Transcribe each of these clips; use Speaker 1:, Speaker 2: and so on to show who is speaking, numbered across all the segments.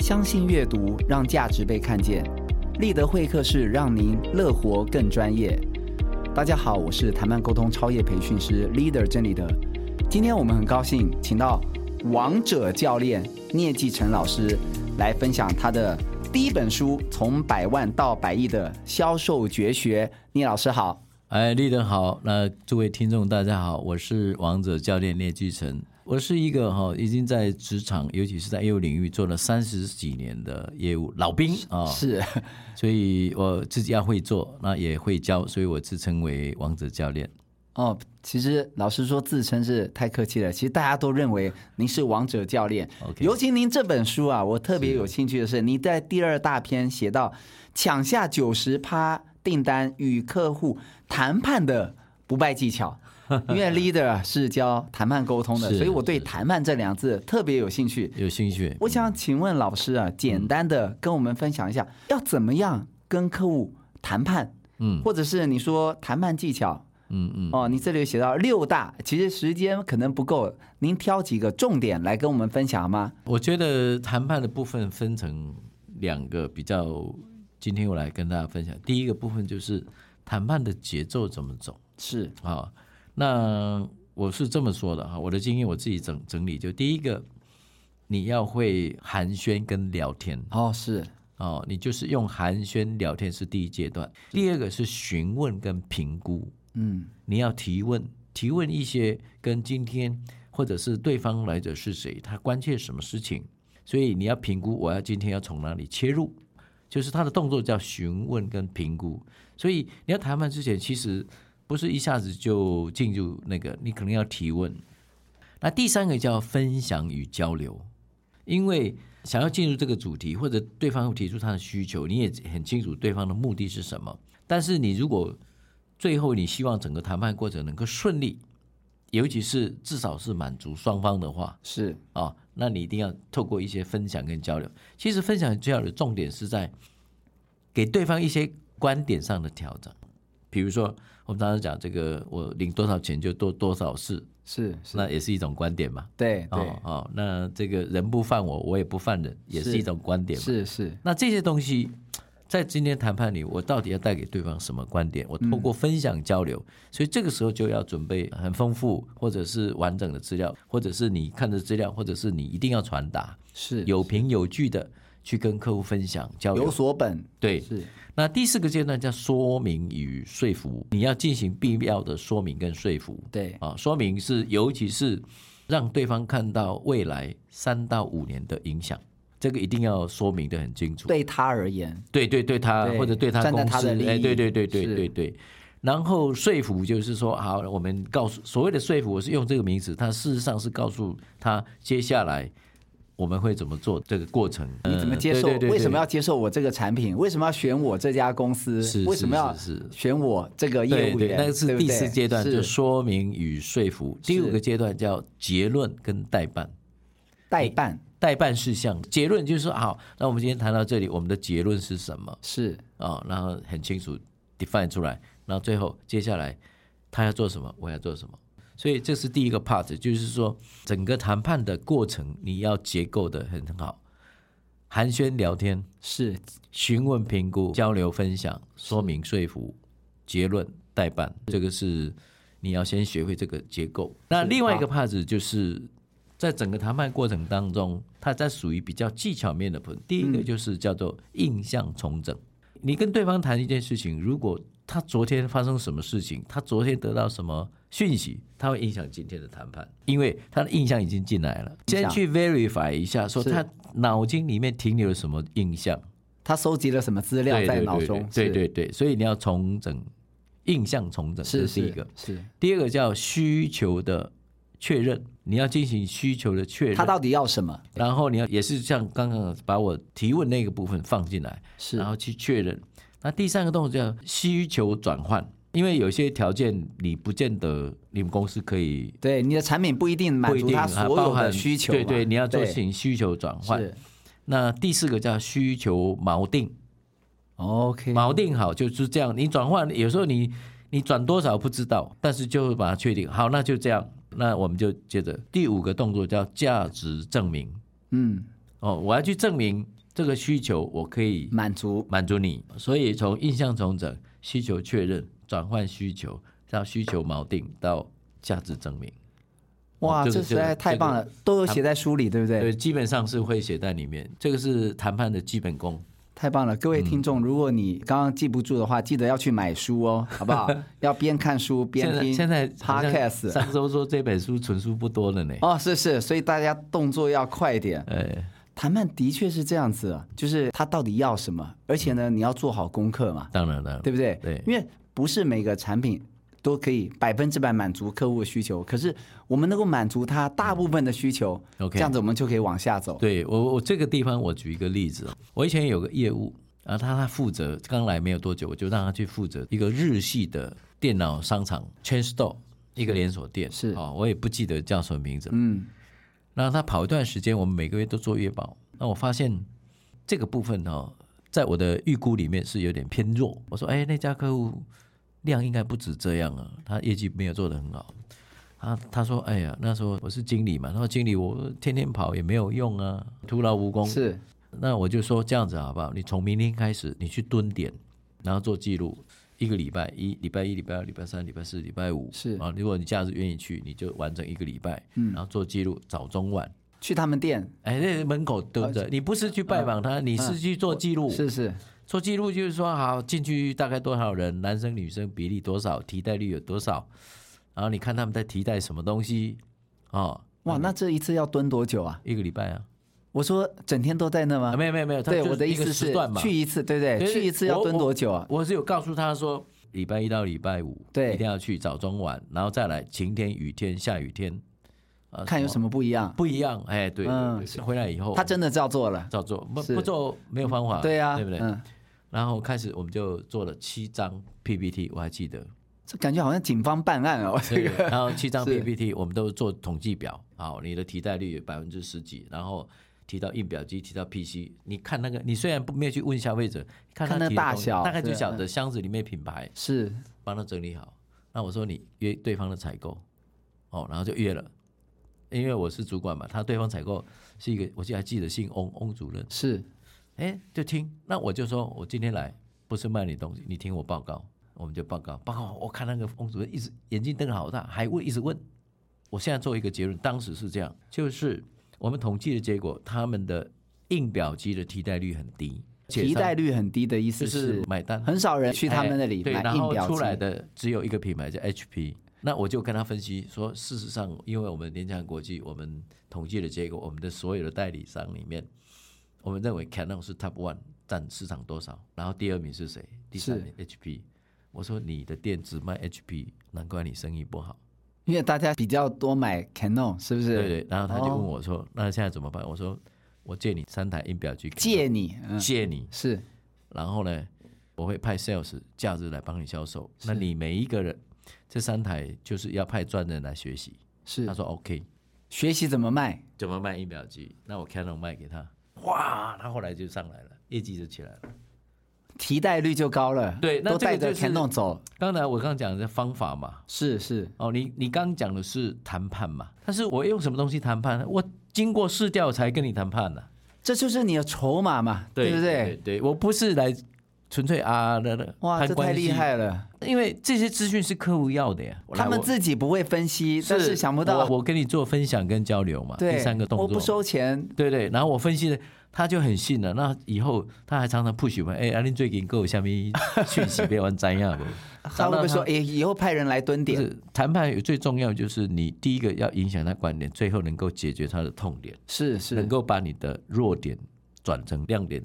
Speaker 1: 相信阅读，让价值被看见。立德会客室让您乐活更专业。大家好，我是谈判沟通超业培训师 Leader 真理德。今天我们很高兴请到王者教练聂继成老师来分享他的第一本书《从百万到百亿的销售绝学》。聂老师好。
Speaker 2: 哎，立德好，那诸位听众大家好，我是王者教练聂继成，我是一个哈、已经在职场，尤其是在业务领域做了三十几年的业务老兵啊、
Speaker 1: 是，
Speaker 2: 所以我自己要会做，那也会教，所以我自称为王者教练。
Speaker 1: 哦，其实老师说自称是太客气了，其实大家都认为您是王者教练。
Speaker 2: OK
Speaker 1: 尤其您这本书啊，我特别有兴趣的是，您在第二大篇写到抢下九十趴订单与客户谈判的不败技巧。 因为 leader 啊是教谈判沟通的，
Speaker 2: 是
Speaker 1: 所以我对
Speaker 2: 是
Speaker 1: 谈判这两个字特别有兴趣。
Speaker 2: 有兴趣？
Speaker 1: 我想请问老师啊，
Speaker 2: 嗯
Speaker 1: 简单的跟我们分享一下，要怎么样跟客户谈判，
Speaker 2: 嗯
Speaker 1: 或者是你说谈判技巧，
Speaker 2: 嗯嗯，
Speaker 1: 哦，你这里有写到六大，其实时间可能不够，您挑几个重点来跟我们分享吗？
Speaker 2: 我觉得谈判的部分分成两个比较，今天我来跟大家分享。第一个部分就是谈判的节奏怎么走。
Speaker 1: 是
Speaker 2: 啊，那我是这么说的哈，我的经验我自己整整理，就第一个，你要会寒暄跟聊天
Speaker 1: 哦，是
Speaker 2: 哦，你就是用寒暄聊天是第一阶段，第二个是询问跟评估，
Speaker 1: 嗯，
Speaker 2: 你要提问，提问一些跟今天或者是对方来者是谁，他关切什么事情，所以你要评估我要今天要从哪里切入，就是他的动作叫询问跟评估。所以你要谈判之前，其实不是一下子就进入那个，你可能要提问。那第三个叫分享与交流，因为想要进入这个主题，或者对方会提出他的需求，你也很清楚对方的目的是什么。但是你如果最后你希望整个谈判过程能够顺利，尤其是至少是满足双方的话
Speaker 1: 是
Speaker 2: 啊、那你一定要透过一些分享跟交流。其实分享交流的重点是在给对方一些观点上的调整，比如说我们常常讲这个我领多少钱就多多少事，
Speaker 1: 是是，
Speaker 2: 那也是一种观点嘛。
Speaker 1: 对对、
Speaker 2: 哦哦，那这个人不犯我，我也不犯人，也
Speaker 1: 是
Speaker 2: 是一种观点嘛。
Speaker 1: 是是
Speaker 2: 那这些东西，在今天谈判里，我到底要带给对方什么观点？我
Speaker 1: 嗯
Speaker 2: 透过分享交流，所以这个时候就要准备很丰富或者是完整的资料，或者是你看的资料，或者是你一定要传达，
Speaker 1: 是
Speaker 2: 有凭有据的去跟客户分享交
Speaker 1: 有
Speaker 2: 流。
Speaker 1: 所本
Speaker 2: 对，
Speaker 1: 是
Speaker 2: 那第四个阶段叫说明与说服，你要进行必要的说明跟说服。
Speaker 1: 对
Speaker 2: 啊，说明是尤其是让对方看到未来三到五年的影响，这个一定要说明的很清楚。
Speaker 1: 对他而言
Speaker 2: 对对对他
Speaker 1: 对
Speaker 2: 或者对他
Speaker 1: 站在
Speaker 2: 公司，
Speaker 1: 他的利益
Speaker 2: 哎，对对对对
Speaker 1: 是
Speaker 2: 对对。然后说服就是说，好，我们告诉所谓的说服，我是用这个名词，它事实上是告诉他接下来我们会怎么做这个过程，
Speaker 1: 你怎么
Speaker 2: 嗯
Speaker 1: 接受、
Speaker 2: 对对对对
Speaker 1: 为什么要接受我这个产品？为什么要选我这家公司？
Speaker 2: 是
Speaker 1: 为什么要
Speaker 2: 是是是
Speaker 1: 选我这个业
Speaker 2: 对
Speaker 1: 务
Speaker 2: 对，
Speaker 1: 员？
Speaker 2: 那个
Speaker 1: 对
Speaker 2: 是
Speaker 1: 不
Speaker 2: 第
Speaker 1: 对
Speaker 2: 四阶段，就是说明与说服。第五个阶段叫结论跟代办。
Speaker 1: 代办
Speaker 2: 代办事项结论就是说好，那我们今天谈到这里，我们的结论是什么
Speaker 1: 是
Speaker 2: 啊、然后很清楚 define 出来，然后最后接下来他要做什么，我要做什么。所以这是第一个 part，就是说整个谈判的过程你要结构的很好，寒暄聊天、
Speaker 1: 是
Speaker 2: 询问、评估、交流、分享、说明、说服、结论、代办，这个是你要先学会这个结构。那另外一个 part 就是在整个谈判过程当中，它在属于比较技巧面的部分。第一
Speaker 1: 嗯
Speaker 2: 个就是叫做印象重整。你跟对方谈一件事情，如果他昨天发生什么事情，他昨天得到什么讯息，他会影响今天的谈判，因为他的印象已经进来了。
Speaker 1: 印
Speaker 2: 先
Speaker 1: 象
Speaker 2: 去 verify 一下，说
Speaker 1: 是
Speaker 2: 他脑筋里面停留了什么印象。
Speaker 1: 他收集了什么资料
Speaker 2: 对
Speaker 1: 在
Speaker 2: 对
Speaker 1: 脑
Speaker 2: 对
Speaker 1: 中？
Speaker 2: 对
Speaker 1: 是
Speaker 2: 对对，所以你要重整印象重整，这
Speaker 1: 是
Speaker 2: 是第一个。
Speaker 1: 是
Speaker 2: 第二个叫需求的确认，你要进行需求的确
Speaker 1: 他
Speaker 2: 认，
Speaker 1: 到底要什么？
Speaker 2: 然后你要也是像刚刚把我提问那个部分放进来，
Speaker 1: 是
Speaker 2: 然后去确认。那第三个动作叫需求转换，因为有些条件你不见得你们公司可以
Speaker 1: 对，你的产品不一定满
Speaker 2: 不一
Speaker 1: 足
Speaker 2: 定
Speaker 1: 他
Speaker 2: 啊
Speaker 1: 所
Speaker 2: 包
Speaker 1: 有的
Speaker 2: 含
Speaker 1: 需求嘛，
Speaker 2: 对对，你要做
Speaker 1: 对
Speaker 2: 行需求转换
Speaker 1: 是。
Speaker 2: 那第四个叫需求锚定，
Speaker 1: OK，
Speaker 2: 锚定好就是这样。你转换有时候你你转多少不知道，但是就会把它确定好，那就这样。那我们就接着第五个动作叫价值证明
Speaker 1: 嗯，
Speaker 2: 哦，我要去证明这个需求我可以
Speaker 1: 满足
Speaker 2: 满足你。所以从印象重整、需求确认、转换需求到需求锚定到价值证明，
Speaker 1: 哇，
Speaker 2: 哦这个
Speaker 1: 这实在太棒了，都有写在书里，对不对？
Speaker 2: 对，基本上是会写在里面。这个是谈判的基本功。
Speaker 1: 太棒了，各
Speaker 2: 嗯
Speaker 1: 位听众，如果你刚刚记不住的话，记得要去买书哦，好不好？ 要边看书
Speaker 2: 现
Speaker 1: 边
Speaker 2: 在
Speaker 1: 听。
Speaker 2: 现在好像
Speaker 1: podcast
Speaker 2: 上周说这本书存书不多了呢。
Speaker 1: 哦，是是，所以大家动作要快一点。
Speaker 2: 哎，
Speaker 1: 谈判的确是这样子啊，就是他到底要什么，而且呢，你要做好功课嘛，
Speaker 2: 当然了，
Speaker 1: 对不对？
Speaker 2: 嗯对
Speaker 1: 因为不是每个产品都可以百分之百满足客户的需求，可是我们能够满足他大部分的需求，
Speaker 2: OK
Speaker 1: 这样子我们就可以往下走。
Speaker 2: 对我，我这个地方我举一个例子，哦我以前有个业务，啊，他他负责刚来没有多久，我就让他去负责一个日系的电脑商场 chain store 一个连锁店，
Speaker 1: 是
Speaker 2: 哦，我也不记得叫什么名字。
Speaker 1: 嗯，
Speaker 2: 然后他跑一段时间，我们每个月都做月报，那我发现这个部分哦，在我的预估里面是有点偏弱。我说，哎，那家客户量应该不止这样啊，他业绩没有做得很好。他他说，哎呀，那时候我是经理嘛，他说经理我天天跑也没有用啊，徒劳无功。
Speaker 1: 是
Speaker 2: 那我就说这样子好不好？你从明天开始，你去蹲点，然后做记录，一个礼拜一、礼拜一、礼拜二、礼拜三、礼拜四、礼拜五
Speaker 1: 是嗯
Speaker 2: 啊。如果你假日愿意去，你就完成一个礼拜，然后做记录，早中晚。
Speaker 1: 去他们店，
Speaker 2: 哎，那门口蹲着，你不是去拜访他，你是去做记录。
Speaker 1: 嗯是是
Speaker 2: 做记录就是说，好进去大概多少人，男生女生比例多少，替代率有多少，然后你看他们在替代什么东西哦，
Speaker 1: 哇，那这一次要蹲多久啊？
Speaker 2: 一个礼拜啊，
Speaker 1: 我说整天都在那吗
Speaker 2: 啊？没有没有没有，他
Speaker 1: 对，
Speaker 2: 就是
Speaker 1: 我的意
Speaker 2: 一个
Speaker 1: 思
Speaker 2: 时
Speaker 1: 是
Speaker 2: 段嘛
Speaker 1: 去一次，对不对？
Speaker 2: 对
Speaker 1: 去一次要蹲多久啊？
Speaker 2: 我是有告诉他说，礼拜一到礼拜五，
Speaker 1: 对
Speaker 2: 一定要去早中晚，然后再来晴天、雨天、下雨天，呃
Speaker 1: 看有什么不一样。
Speaker 2: 不一样。哎，对
Speaker 1: 嗯
Speaker 2: 对对对，回来以后
Speaker 1: 他真的照做了，
Speaker 2: 照做，不
Speaker 1: 是
Speaker 2: 不做没有方法，
Speaker 1: 对呀，
Speaker 2: 啊对不对？
Speaker 1: 嗯，
Speaker 2: 然后开始我们就做了七张 PPT，我还记得，
Speaker 1: 这感觉好像警方办案哦， 这
Speaker 2: 对，
Speaker 1: 个
Speaker 2: 然后七张
Speaker 1: 是
Speaker 2: PPT 我们都做统计表，好，你的替代率有百分之十几，然后。提到印表机，提到 PC，你看那个，你虽然不没有去问消费者，看
Speaker 1: 看
Speaker 2: 他
Speaker 1: 那
Speaker 2: 提的
Speaker 1: 大
Speaker 2: 东西
Speaker 1: 小
Speaker 2: 大概就
Speaker 1: 对啊
Speaker 2: 晓得箱子里面品 牌，
Speaker 1: 是
Speaker 2: 帮他整理好。那我说你约对方的采购，哦，然后就约了，因为我是主管嘛，他对方采购是一个，我记得还记得姓翁翁主任，
Speaker 1: 是
Speaker 2: 哎，就听，那我就说我今天来不是卖你东西，你听我报告，我们就报告报告。我看那个翁主任一直眼睛瞪得好大，还问一直问。我现在做一个结论，当时是这样，就是我们统计的结果，他们的印表机的替代率很低，
Speaker 1: 替代率很低的意思
Speaker 2: 就是
Speaker 1: 是
Speaker 2: 买单
Speaker 1: 很少人去他们那里
Speaker 2: 哎对，
Speaker 1: 买
Speaker 2: 然
Speaker 1: 印
Speaker 2: 后
Speaker 1: 表
Speaker 2: 出来
Speaker 1: 机，
Speaker 2: 的只有一个品牌叫 HP。那我就跟他分析说，事实上，因为我们联强国际，我们统计的结果，我们的所有的代理商里面，我们认为 Canon 是 Top One，占市场多少？然后第二名是谁？第三名 HP。我说你的店只卖 HP，难怪你生意不好。
Speaker 1: 因为大家比较多买 Canon，是不
Speaker 2: 对
Speaker 1: 是？
Speaker 2: 对，然后他就问
Speaker 1: 哦
Speaker 2: 我说，那现在怎么办？我说我借你三台印表机，
Speaker 1: 借你，嗯，
Speaker 2: 借你，
Speaker 1: 是
Speaker 2: 然后呢，我会派 sales 假日来帮你销售。那你每一个人，这三台就是要派专人来学习。他
Speaker 1: 是，
Speaker 2: 说 OK，
Speaker 1: 学习怎么卖，
Speaker 2: 怎么卖印表机？那我 Canon 卖给他，哇，他后来就上来了，业绩就起来了。
Speaker 1: 替代率就高了，
Speaker 2: 对那
Speaker 1: 都
Speaker 2: 这个
Speaker 1: 带着
Speaker 2: 就是
Speaker 1: Canon 走，
Speaker 2: 刚才我刚讲的方法嘛，
Speaker 1: 是是
Speaker 2: 哦，你你刚讲的是谈判嘛，但是我用什么东西谈判呢？我经过试调才跟你谈判呢、
Speaker 1: 这就是你的筹码嘛，对不
Speaker 2: 对？对，我不是来纯粹啊的的
Speaker 1: 哇，
Speaker 2: 谈
Speaker 1: 这太
Speaker 2: 关系
Speaker 1: 厉，害了！
Speaker 2: 因为这些资讯是客户要的呀，
Speaker 1: 他
Speaker 2: 来
Speaker 1: 们
Speaker 2: 我
Speaker 1: 自己不会分析，但是想不到
Speaker 2: 我我跟你做分享跟交流嘛，
Speaker 1: 对
Speaker 2: 第三个动
Speaker 1: 我
Speaker 2: 作，
Speaker 1: 不收钱，
Speaker 2: 对对，然后我分析了，他就很信了。那以后他还常常 push 我，哎，阿林最近给我下面讯息，别玩灾 呀不？
Speaker 1: 他会不会说，哎，以后派人来蹲
Speaker 2: 就
Speaker 1: 点？
Speaker 2: 是谈判有最重要就是你第一个要影响他观点，最后能够解决他的痛点，
Speaker 1: 是
Speaker 2: 能
Speaker 1: 是。
Speaker 2: 够把你的弱点转成亮点，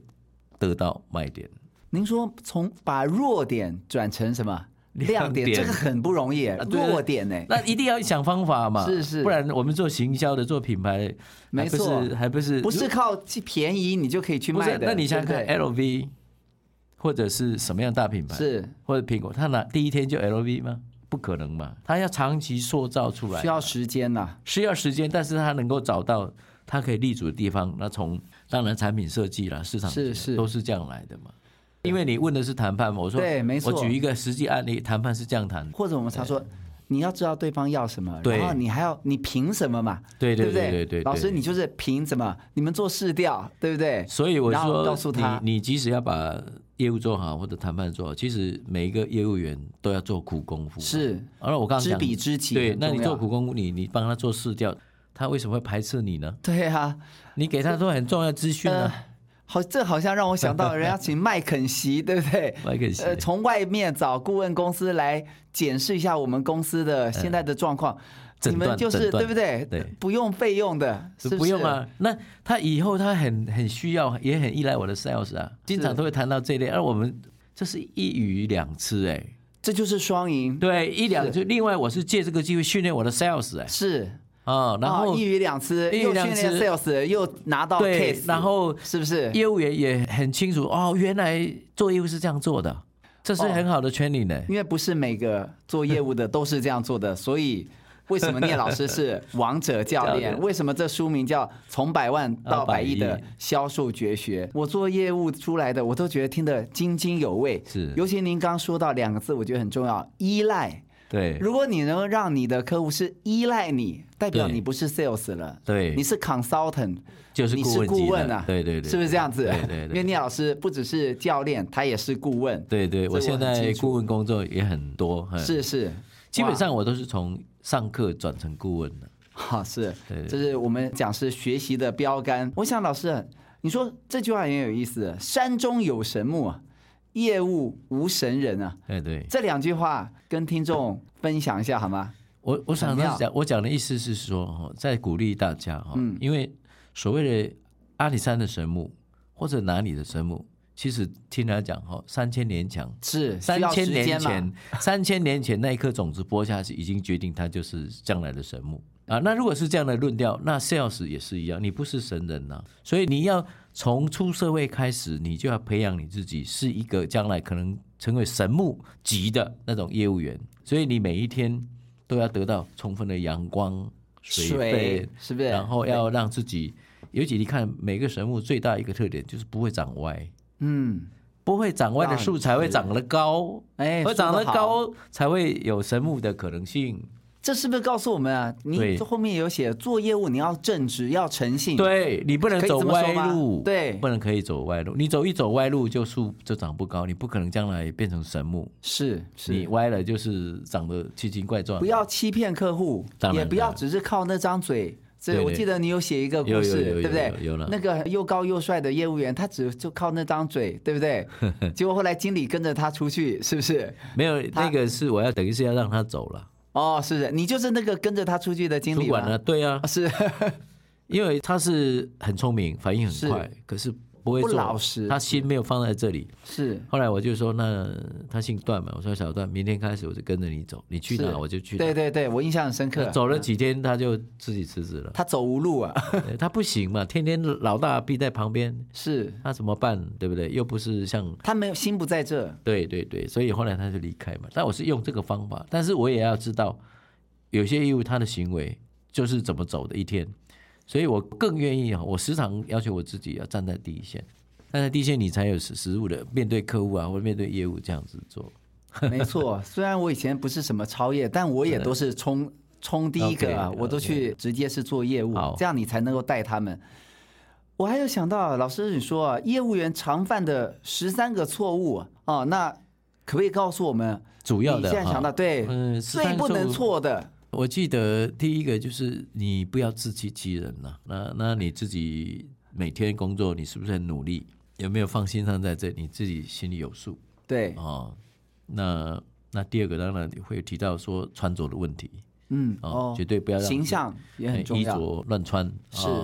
Speaker 2: 得到 卖点。
Speaker 1: 您说从把弱点转成什么亮
Speaker 2: 亮
Speaker 1: 点，
Speaker 2: 点啊
Speaker 1: 这个很不容易，
Speaker 2: 对
Speaker 1: 弱点呢？
Speaker 2: 那一定要想方法嘛，
Speaker 1: 是是
Speaker 2: 不然我们做行销的、做品牌，
Speaker 1: 没错
Speaker 2: 还不是还不是
Speaker 1: 不是靠去便宜你就可以去
Speaker 2: 不
Speaker 1: 卖
Speaker 2: 是，
Speaker 1: 的。
Speaker 2: 那你想想
Speaker 1: 对
Speaker 2: 看
Speaker 1: 不对
Speaker 2: ，LV 或者是什么样大品牌，
Speaker 1: 是
Speaker 2: 或者苹果，他拿第一天就 LV 吗？不可能嘛，他要长期塑造出来，
Speaker 1: 需要时间呐、
Speaker 2: 需要时间，但是他能够找到他可以立足的地方。那从当然产品设计啦、市场
Speaker 1: 是
Speaker 2: 经营
Speaker 1: 是
Speaker 2: 都是这样来的嘛。因为你问的是谈判嘛，我说
Speaker 1: 对没错
Speaker 2: 我举一个实际案例，谈判是这样谈的，
Speaker 1: 或者我们常说你要知道对方要什么，
Speaker 2: 对
Speaker 1: 然后你还要你凭什么嘛？
Speaker 2: 对
Speaker 1: 对
Speaker 2: 对
Speaker 1: 不
Speaker 2: 对对对
Speaker 1: 老师
Speaker 2: 对
Speaker 1: 你就是凭什么？你们做试调，对不对？
Speaker 2: 所以我
Speaker 1: 然后
Speaker 2: 说，
Speaker 1: 告诉他
Speaker 2: 你，你即使要把业务做好或者谈判做好，其实每一个业务员都要做苦功夫。，
Speaker 1: 是
Speaker 2: 而我刚刚
Speaker 1: 知
Speaker 2: 讲
Speaker 1: 彼知己很
Speaker 2: 对，
Speaker 1: 重要，
Speaker 2: 那你做苦功夫，你你帮他做试调，他为什么会排斥你呢？
Speaker 1: 对啊，
Speaker 2: 你给他都很重要资讯啊呢、
Speaker 1: 呃好，这好像让我想 到人家请麦肯锡，对不对？
Speaker 2: 麦肯锡
Speaker 1: 呃，从外面找顾问公司来检视一下我们公司的现在的状况，
Speaker 2: 哎诊
Speaker 1: 你们
Speaker 2: 断
Speaker 1: 就是
Speaker 2: 诊断
Speaker 1: 对不对？
Speaker 2: 对
Speaker 1: 不用费用的，是
Speaker 2: 不
Speaker 1: 是
Speaker 2: 用。啊，那他以后他很很需要，也很依赖我的 sales 啊，经常都会谈到这一类。而我们这是一语两吃哎、
Speaker 1: 这就是双赢，
Speaker 2: 对，一两吃。另外，我是借这个机会训练我的 sales 哎、
Speaker 1: 是
Speaker 2: 啊，然
Speaker 1: 哦
Speaker 2: 后
Speaker 1: 一鱼两吃，
Speaker 2: 一鱼
Speaker 1: 又
Speaker 2: 两
Speaker 1: 训练
Speaker 2: 吃
Speaker 1: sales，又拿到
Speaker 2: 对
Speaker 1: case，，
Speaker 2: 然后
Speaker 1: 是不是？
Speaker 2: 业务员也很清楚哦，原来做业务是这样做的，这是
Speaker 1: 哦
Speaker 2: 很好的 training 呢、
Speaker 1: 因为不是每个做业务的都是这样做 的，所以为什么聂老师是王者教
Speaker 2: 教
Speaker 1: 练？
Speaker 2: 练啊
Speaker 1: 为什么这书名叫《从百万到百亿的销售绝学》？我做业务出来的，我都觉得听得津津有味。
Speaker 2: 是
Speaker 1: 尤其您刚刚说到两个字，我觉得很重要，依赖。
Speaker 2: 对
Speaker 1: 如果你能够让你的客户是依赖你，代表
Speaker 2: 对
Speaker 1: 你不是 sales 了，
Speaker 2: 对
Speaker 1: 你是 consultant，
Speaker 2: 就是
Speaker 1: 你
Speaker 2: 顾
Speaker 1: 是
Speaker 2: 问
Speaker 1: 顾
Speaker 2: 级
Speaker 1: 问
Speaker 2: 的
Speaker 1: 啊，
Speaker 2: 对对对
Speaker 1: 是不是这样子？
Speaker 2: 对对对
Speaker 1: 因为聂老师不只是教练，他也是顾问，
Speaker 2: 对对，
Speaker 1: 这
Speaker 2: 我
Speaker 1: 我
Speaker 2: 现
Speaker 1: 很
Speaker 2: 在
Speaker 1: 清楚
Speaker 2: 顾问工作也很多，嗯
Speaker 1: 是是，
Speaker 2: 基
Speaker 1: 哇
Speaker 2: 本上我都是从上课转成顾问的。
Speaker 1: 好、 是
Speaker 2: 对，对
Speaker 1: 这是我们讲是学习的标杆。我想老师，你说这句话也有意思，“山中有神木，啊，业务无神人”啊，
Speaker 2: 哎，对，
Speaker 1: 这两句话跟听众分享一下好吗？
Speaker 2: 我我想
Speaker 1: 很妙
Speaker 2: 要讲，我讲的意思是说，哈，在鼓励大家哈
Speaker 1: 嗯，
Speaker 2: 因为所谓的阿里山的神木或者哪里的神木，其实听他讲哈，三千年前，
Speaker 1: 是
Speaker 2: 三
Speaker 1: 需要
Speaker 2: 千
Speaker 1: 时
Speaker 2: 年
Speaker 1: 间嘛
Speaker 2: 前，三千年前那一颗种子播下去，已经决定它就是将来的神木啊。那如果是这样的论调，那 sales 也是一样，你不是神人呐、所以你要从出社会开始，你就要培养你自己是一个将来可能成为神木级的那种业务员。所以你每一天都要得到充分的阳光、水
Speaker 1: 水
Speaker 2: 分，
Speaker 1: 是不是？
Speaker 2: 然后要让自己，尤其你看每个神木最大一个特点就是不会长歪。
Speaker 1: 嗯，
Speaker 2: 不会长歪的
Speaker 1: 让
Speaker 2: 树才会长得高，
Speaker 1: 哎，说
Speaker 2: 而长得
Speaker 1: 好，
Speaker 2: 高才会有神木的可能性。
Speaker 1: 这是不是告诉我们啊？你
Speaker 2: 对
Speaker 1: 这后面有写做业务你要正直，要诚信，，
Speaker 2: 对你不能
Speaker 1: 嗯可以
Speaker 2: 走
Speaker 1: 这么说
Speaker 2: 歪
Speaker 1: 吗
Speaker 2: 路，
Speaker 1: 对
Speaker 2: 不能可以走歪路。你走一走歪路，就树就长不高，你不可能将来变成神木。
Speaker 1: 是
Speaker 2: 你
Speaker 1: 是。
Speaker 2: 歪了就是长得奇形怪状
Speaker 1: 不。要欺骗客户，
Speaker 2: 当然
Speaker 1: 也不要
Speaker 2: 当然
Speaker 1: 只是靠那张嘴。这
Speaker 2: 对
Speaker 1: 我
Speaker 2: 对
Speaker 1: 记得你有写一个故
Speaker 2: 有有
Speaker 1: 事，
Speaker 2: 有有
Speaker 1: 对不对？
Speaker 2: 有有了
Speaker 1: 那个又高又帅的业务员，他只就靠那张嘴，对不对？结果后来经理跟着他出去，是不是？
Speaker 2: 没有
Speaker 1: 他
Speaker 2: 那个是我要等于是要让他走了，
Speaker 1: 哦，是的，你就是那个跟着他出去的经
Speaker 2: 主
Speaker 1: 理
Speaker 2: 管
Speaker 1: 吗
Speaker 2: 呢？？对啊
Speaker 1: 啊，是
Speaker 2: 因为他是很聪明，反应
Speaker 1: 是
Speaker 2: 很快，可是不会
Speaker 1: 不
Speaker 2: 做，
Speaker 1: 老实
Speaker 2: 他心没有放在这里。
Speaker 1: 是
Speaker 2: 后来我就说，那他姓段嘛，我说小段，明天开始我就跟着你走，你去
Speaker 1: 是
Speaker 2: 哪我就去哪
Speaker 1: 对。对对，我印象很深刻。，
Speaker 2: 走了几天他就自己辞职了
Speaker 1: 他走无路啊，
Speaker 2: 对他不行嘛，天天老大逼在旁边，
Speaker 1: 是
Speaker 2: 他怎么办？对不对？又不是像。
Speaker 1: 他没有心不在这，
Speaker 2: 对对对，所以后来他就离开嘛。但我是用这个方法，但是我也要知道，有些业务他的行为就是怎么走的一天，所以我更愿意啊，我时常要求我自己要站在第一线，站在第一线你才有实实务的面对客户啊，或者面对业务这样子做。
Speaker 1: 没错。虽然我以前不是什么超业，但我也都是冲冲第一个啊，
Speaker 2: OK，OK
Speaker 1: 我都去直接是做业务
Speaker 2: 好，
Speaker 1: 这样你才能够带他们。我还有想到，老师你说啊，业务员常犯的十三个错误啊哦，那可不可以告诉我们？
Speaker 2: 主要的
Speaker 1: 你现在
Speaker 2: 哈
Speaker 1: 想到对，
Speaker 2: 嗯，
Speaker 1: 最不能错的
Speaker 2: 我记得第一个就是你不要自欺欺人呐、那那你自己每天工作，你是不是很努力？有没有放心上在这？你自己心里有数
Speaker 1: 对
Speaker 2: 啊、，哦。那那第二个当然会提到说穿着的问题
Speaker 1: 嗯
Speaker 2: 啊、哦，绝对不要让
Speaker 1: 形象也
Speaker 2: 哎
Speaker 1: 很重
Speaker 2: 衣
Speaker 1: 要，
Speaker 2: 着乱穿啊、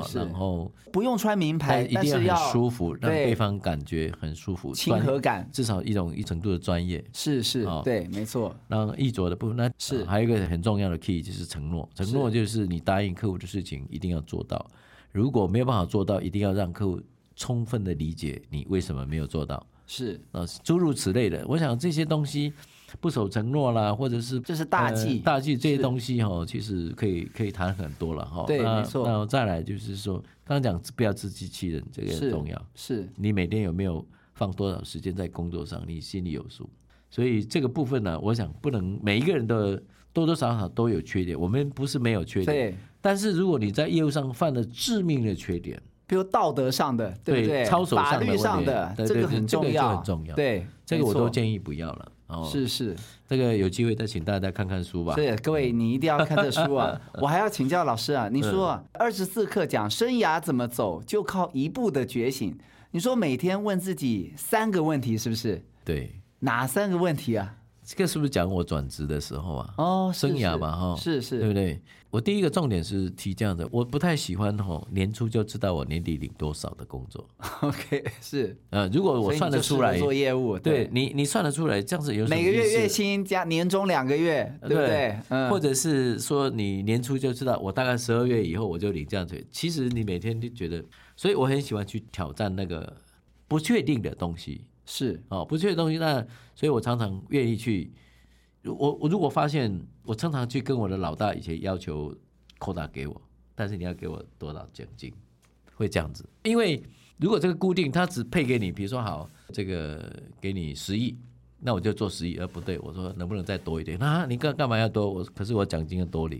Speaker 1: 是是
Speaker 2: 然后
Speaker 1: 不用穿名牌
Speaker 2: 但，一
Speaker 1: 但
Speaker 2: 定
Speaker 1: 是
Speaker 2: 要
Speaker 1: 要
Speaker 2: 很舒服，让
Speaker 1: 对
Speaker 2: 对方感觉很舒服，
Speaker 1: 亲
Speaker 2: 专
Speaker 1: 和感，
Speaker 2: 至少一种一程度的专业。
Speaker 1: 是是
Speaker 2: 哦，
Speaker 1: 对，没错，
Speaker 2: 让衣着的部分，那
Speaker 1: 是
Speaker 2: 呃还有一个很重要的 key 就是承诺，承诺就是你答应客户的事情一定要做到，如果没有办法做到，一定要让客户充分的理解你为什么没有做到，
Speaker 1: 是
Speaker 2: 啊，诸如此类的。我想这些东西不守承诺啦，或者是
Speaker 1: 这嗯是大忌
Speaker 2: 呃大忌这些
Speaker 1: 是
Speaker 2: 东西哈、哦，其实可以可以谈很多了哈、
Speaker 1: 对
Speaker 2: 那
Speaker 1: 没错
Speaker 2: 那再来就是说，刚刚讲不要自欺欺人，这个很
Speaker 1: 是
Speaker 2: 重要。
Speaker 1: 是，
Speaker 2: 你每天有没有放多少时间在工作上，你心里有数。所以这个部分呢，我想不能每一个人的多多少少都有缺点，我们不是没有缺点，
Speaker 1: 对，
Speaker 2: 但是如果你在业务上犯了致命的缺点，
Speaker 1: 比如道德上的，对不对？
Speaker 2: 操守
Speaker 1: 法
Speaker 2: 上的
Speaker 1: 律
Speaker 2: 问
Speaker 1: 上
Speaker 2: 题
Speaker 1: 的，
Speaker 2: 对
Speaker 1: 这
Speaker 2: 对
Speaker 1: 个
Speaker 2: 对
Speaker 1: 很
Speaker 2: 这个
Speaker 1: 重
Speaker 2: 就
Speaker 1: 要，
Speaker 2: 很重要
Speaker 1: 对，
Speaker 2: 这个我
Speaker 1: 没错
Speaker 2: 都建议不要了。哦，
Speaker 1: 是是
Speaker 2: 这个有机会再请大家看看书吧。
Speaker 1: 是，各位你一定要看这书 啊！我还要请教老师啊，你
Speaker 2: 嗯
Speaker 1: 说二十四课讲生涯怎么走，就靠一步的觉醒。你说每天问自己三个问题，是不是？
Speaker 2: 对，
Speaker 1: 哪三个问题啊？
Speaker 2: 这个是不是讲我转职的时候啊？
Speaker 1: 哦，是
Speaker 2: 生涯
Speaker 1: 是
Speaker 2: 嘛，哈、
Speaker 1: 是
Speaker 2: 对
Speaker 1: 是，
Speaker 2: 不对？我第一个重点是提这样的，我不太喜欢哈、年初就知道我年底领多少的工作。
Speaker 1: OK，是。
Speaker 2: 呃，如果我
Speaker 1: 所以你
Speaker 2: 算
Speaker 1: 就
Speaker 2: 得
Speaker 1: 适
Speaker 2: 出
Speaker 1: 合
Speaker 2: 来，
Speaker 1: 做业务，
Speaker 2: 对你你算得出来，这样子有什么
Speaker 1: 每个
Speaker 2: 意
Speaker 1: 月
Speaker 2: 思呃
Speaker 1: 月薪加年终两个月，对不对？嗯，
Speaker 2: 或者是说你年初就知道，我大概十二月以后我就领这样子。其实你每天就觉得，所以我很喜欢去挑战那个不确定的东西
Speaker 1: 是
Speaker 2: 哦，不确定的东西。那所以我常常愿意去，我我如果发现我常常去跟我的老大以前要求扣打给我，但是你要给我多少奖金，会这样子。因为如果这个固定，他只配给你，比如说好这个给你十亿，那我就做十亿，呃不对，我说能不能再多一点？那、啊、你干干嘛要多？我可是我奖金要多领，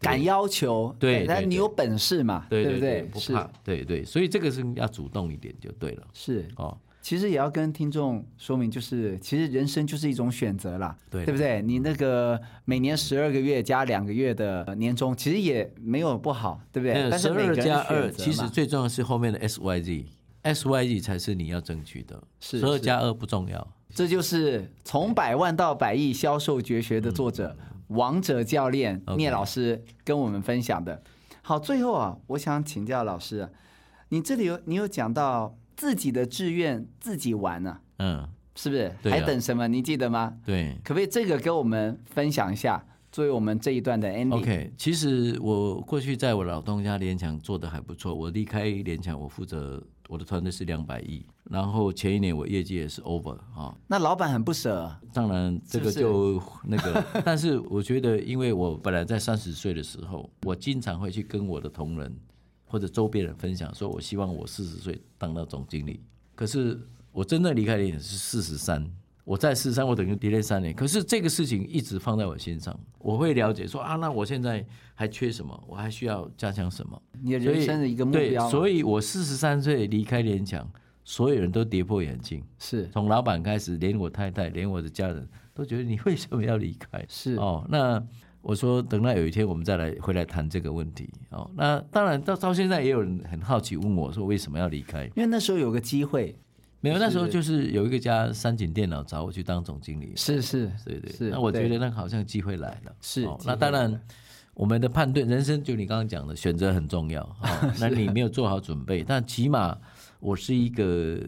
Speaker 1: 敢要求，哎
Speaker 2: 对对
Speaker 1: 但
Speaker 2: 对
Speaker 1: 你有本事嘛，
Speaker 2: 对
Speaker 1: 不
Speaker 2: 对，
Speaker 1: 对？
Speaker 2: 不
Speaker 1: 是
Speaker 2: 怕，对对，所以这个是要主动一点就对了
Speaker 1: 是，
Speaker 2: 哦。
Speaker 1: 其实也要跟听众说明，就是其实人生就是一种选择啦，
Speaker 2: 对
Speaker 1: 不对？你那个每年十二个月加两个月的呃年终，其实也没有不好，对不对？但是
Speaker 2: 十
Speaker 1: 每个
Speaker 2: 二
Speaker 1: 人
Speaker 2: 加
Speaker 1: 的选
Speaker 2: 二，
Speaker 1: 择
Speaker 2: 其实
Speaker 1: 嘛
Speaker 2: 最重要是后面的 S Y Z。S Y Z 才是你要争取的，
Speaker 1: 是
Speaker 2: 十二
Speaker 1: 是
Speaker 2: 加二不重要，
Speaker 1: 这就是从百万到百亿销售绝学的作者、王者教练
Speaker 2: 嗯 OK
Speaker 1: 聂老师跟我们分享的。好，最后啊，我想请教老师啊，你这里有你有讲到自己的志愿自己玩呢、
Speaker 2: 嗯，
Speaker 1: 是不是？
Speaker 2: 对啊
Speaker 1: 还等什么？你记得吗？
Speaker 2: 对，
Speaker 1: 可不可以这个跟我们分享一下，作为我们这一段的 ending？、
Speaker 2: OK，其实我过去在我老东家联强做的还不错。我离开联强，我负责我的团队是两百亿，然后前一年我业绩也是 over 啊、
Speaker 1: 那老板很不舍，
Speaker 2: 当然这个
Speaker 1: 是
Speaker 2: 就那个， 但是我觉得，因为我本来在三十岁的时候，我经常会去跟我的同仁或者周边人分享，说我希望我四十岁当到总经理。可是我真的离开联想是四十三，我在四十三，我等于跌了三年。可是这个事情一直放在我心上，我会了解说啊，那我现在还缺什么，我还需要加强什么。
Speaker 1: 你的
Speaker 2: 所
Speaker 1: 人
Speaker 2: 以
Speaker 1: 生的一个目
Speaker 2: 对
Speaker 1: 标，嘛，
Speaker 2: 所以我四十三岁离开联强，所有人都跌破眼镜。
Speaker 1: 是
Speaker 2: 从老板开始，连我太太，连我的家人都觉得你为什么要离开？
Speaker 1: 是
Speaker 2: 哦，那我说等到有一天我们再来回来谈这个问题。哦，那当然到到现在也有人很好奇问我说为什么要离开？
Speaker 1: 因为那时候有个机会，
Speaker 2: 没有，
Speaker 1: 是
Speaker 2: 那时候就是有一个家三井电脑找我去当总经理，
Speaker 1: 是是
Speaker 2: 对对
Speaker 1: 是
Speaker 2: 那我觉
Speaker 1: 对
Speaker 2: 得那好像机会来了，
Speaker 1: 是
Speaker 2: 哦
Speaker 1: 机会
Speaker 2: 那当然。我们的判断，人生就你刚刚讲的选择很重要。 哦、那你没有做好准备，但起码我是一个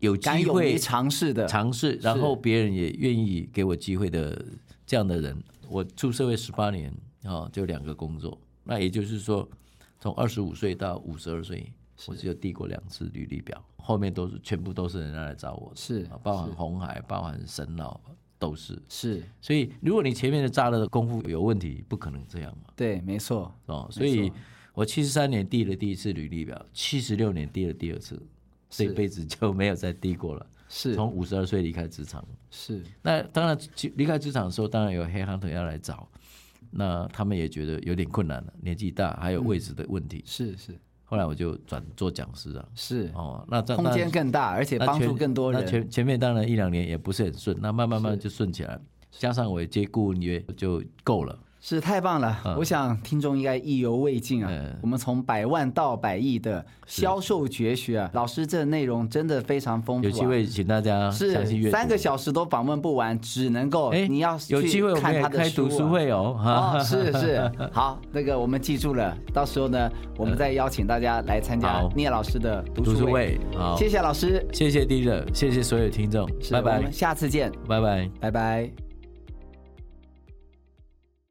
Speaker 2: 有机
Speaker 1: 敢勇
Speaker 2: 会
Speaker 1: 于尝试的，
Speaker 2: 尝试，然后别人也愿意给我机会的这样的人。我出社会十八年啊、哦就两个工作，那也就是说，从二十五岁到五十二岁，我只有递过两次履历表，后面都是全部都是人家来找我的，
Speaker 1: 是
Speaker 2: 啊包含红海，包含神脑都是。
Speaker 1: 是
Speaker 2: 所以，如果你前面的扎了的功夫有问题，不可能这样嘛。
Speaker 1: 对，没错，
Speaker 2: 哦，所以我七十三年递了第一次履历表，七十六年递了第二次，这辈子就没有再递过了。
Speaker 1: 是
Speaker 2: 从五十二岁离开职场。
Speaker 1: 是
Speaker 2: 那当然其离开职场的时候，当然有黑 hunter 要来找，那他们也觉得有点困难了，年纪大还有位置的问题。
Speaker 1: 是是
Speaker 2: 后来我就转做讲师了。
Speaker 1: 是，
Speaker 2: 哦，那这
Speaker 1: 嗯空间
Speaker 2: 那
Speaker 1: 更大，而且
Speaker 2: 那
Speaker 1: 帮助
Speaker 2: 前
Speaker 1: 更多
Speaker 2: 那
Speaker 1: 人，
Speaker 2: 前前面当然一两年也不是很顺，那慢慢慢
Speaker 1: 是
Speaker 2: 就顺起来了。加上我也接顾问约就够了。
Speaker 1: 是太棒了。我想听众应该意犹未尽啊
Speaker 2: 嗯。
Speaker 1: 我们从百万到百亿的销售绝学啊，老师这内容真的非常丰
Speaker 2: 有
Speaker 1: 富
Speaker 2: 机
Speaker 1: 啊。
Speaker 2: 会请大家详细阅
Speaker 1: 是
Speaker 2: 读。
Speaker 1: 三个小时都访问不完，只能够
Speaker 2: 哎，
Speaker 1: 你要
Speaker 2: 有
Speaker 1: 去
Speaker 2: 机会我们
Speaker 1: 看
Speaker 2: 也
Speaker 1: 他的
Speaker 2: 开读
Speaker 1: 啊
Speaker 2: 书。会哦。哈
Speaker 1: 哦，是是，好，那个我们记住了，到时候呢，我们再邀请大家来参加
Speaker 2: 嗯好
Speaker 1: 聂老师的读
Speaker 2: 读
Speaker 1: 书
Speaker 2: 书
Speaker 1: 会
Speaker 2: 会。好，
Speaker 1: 谢谢老师，
Speaker 2: 谢谢 d 乐，谢谢所有听众，
Speaker 1: 是
Speaker 2: 拜
Speaker 1: 我
Speaker 2: 拜
Speaker 1: 们，下次见，
Speaker 2: 拜拜。
Speaker 1: 拜拜。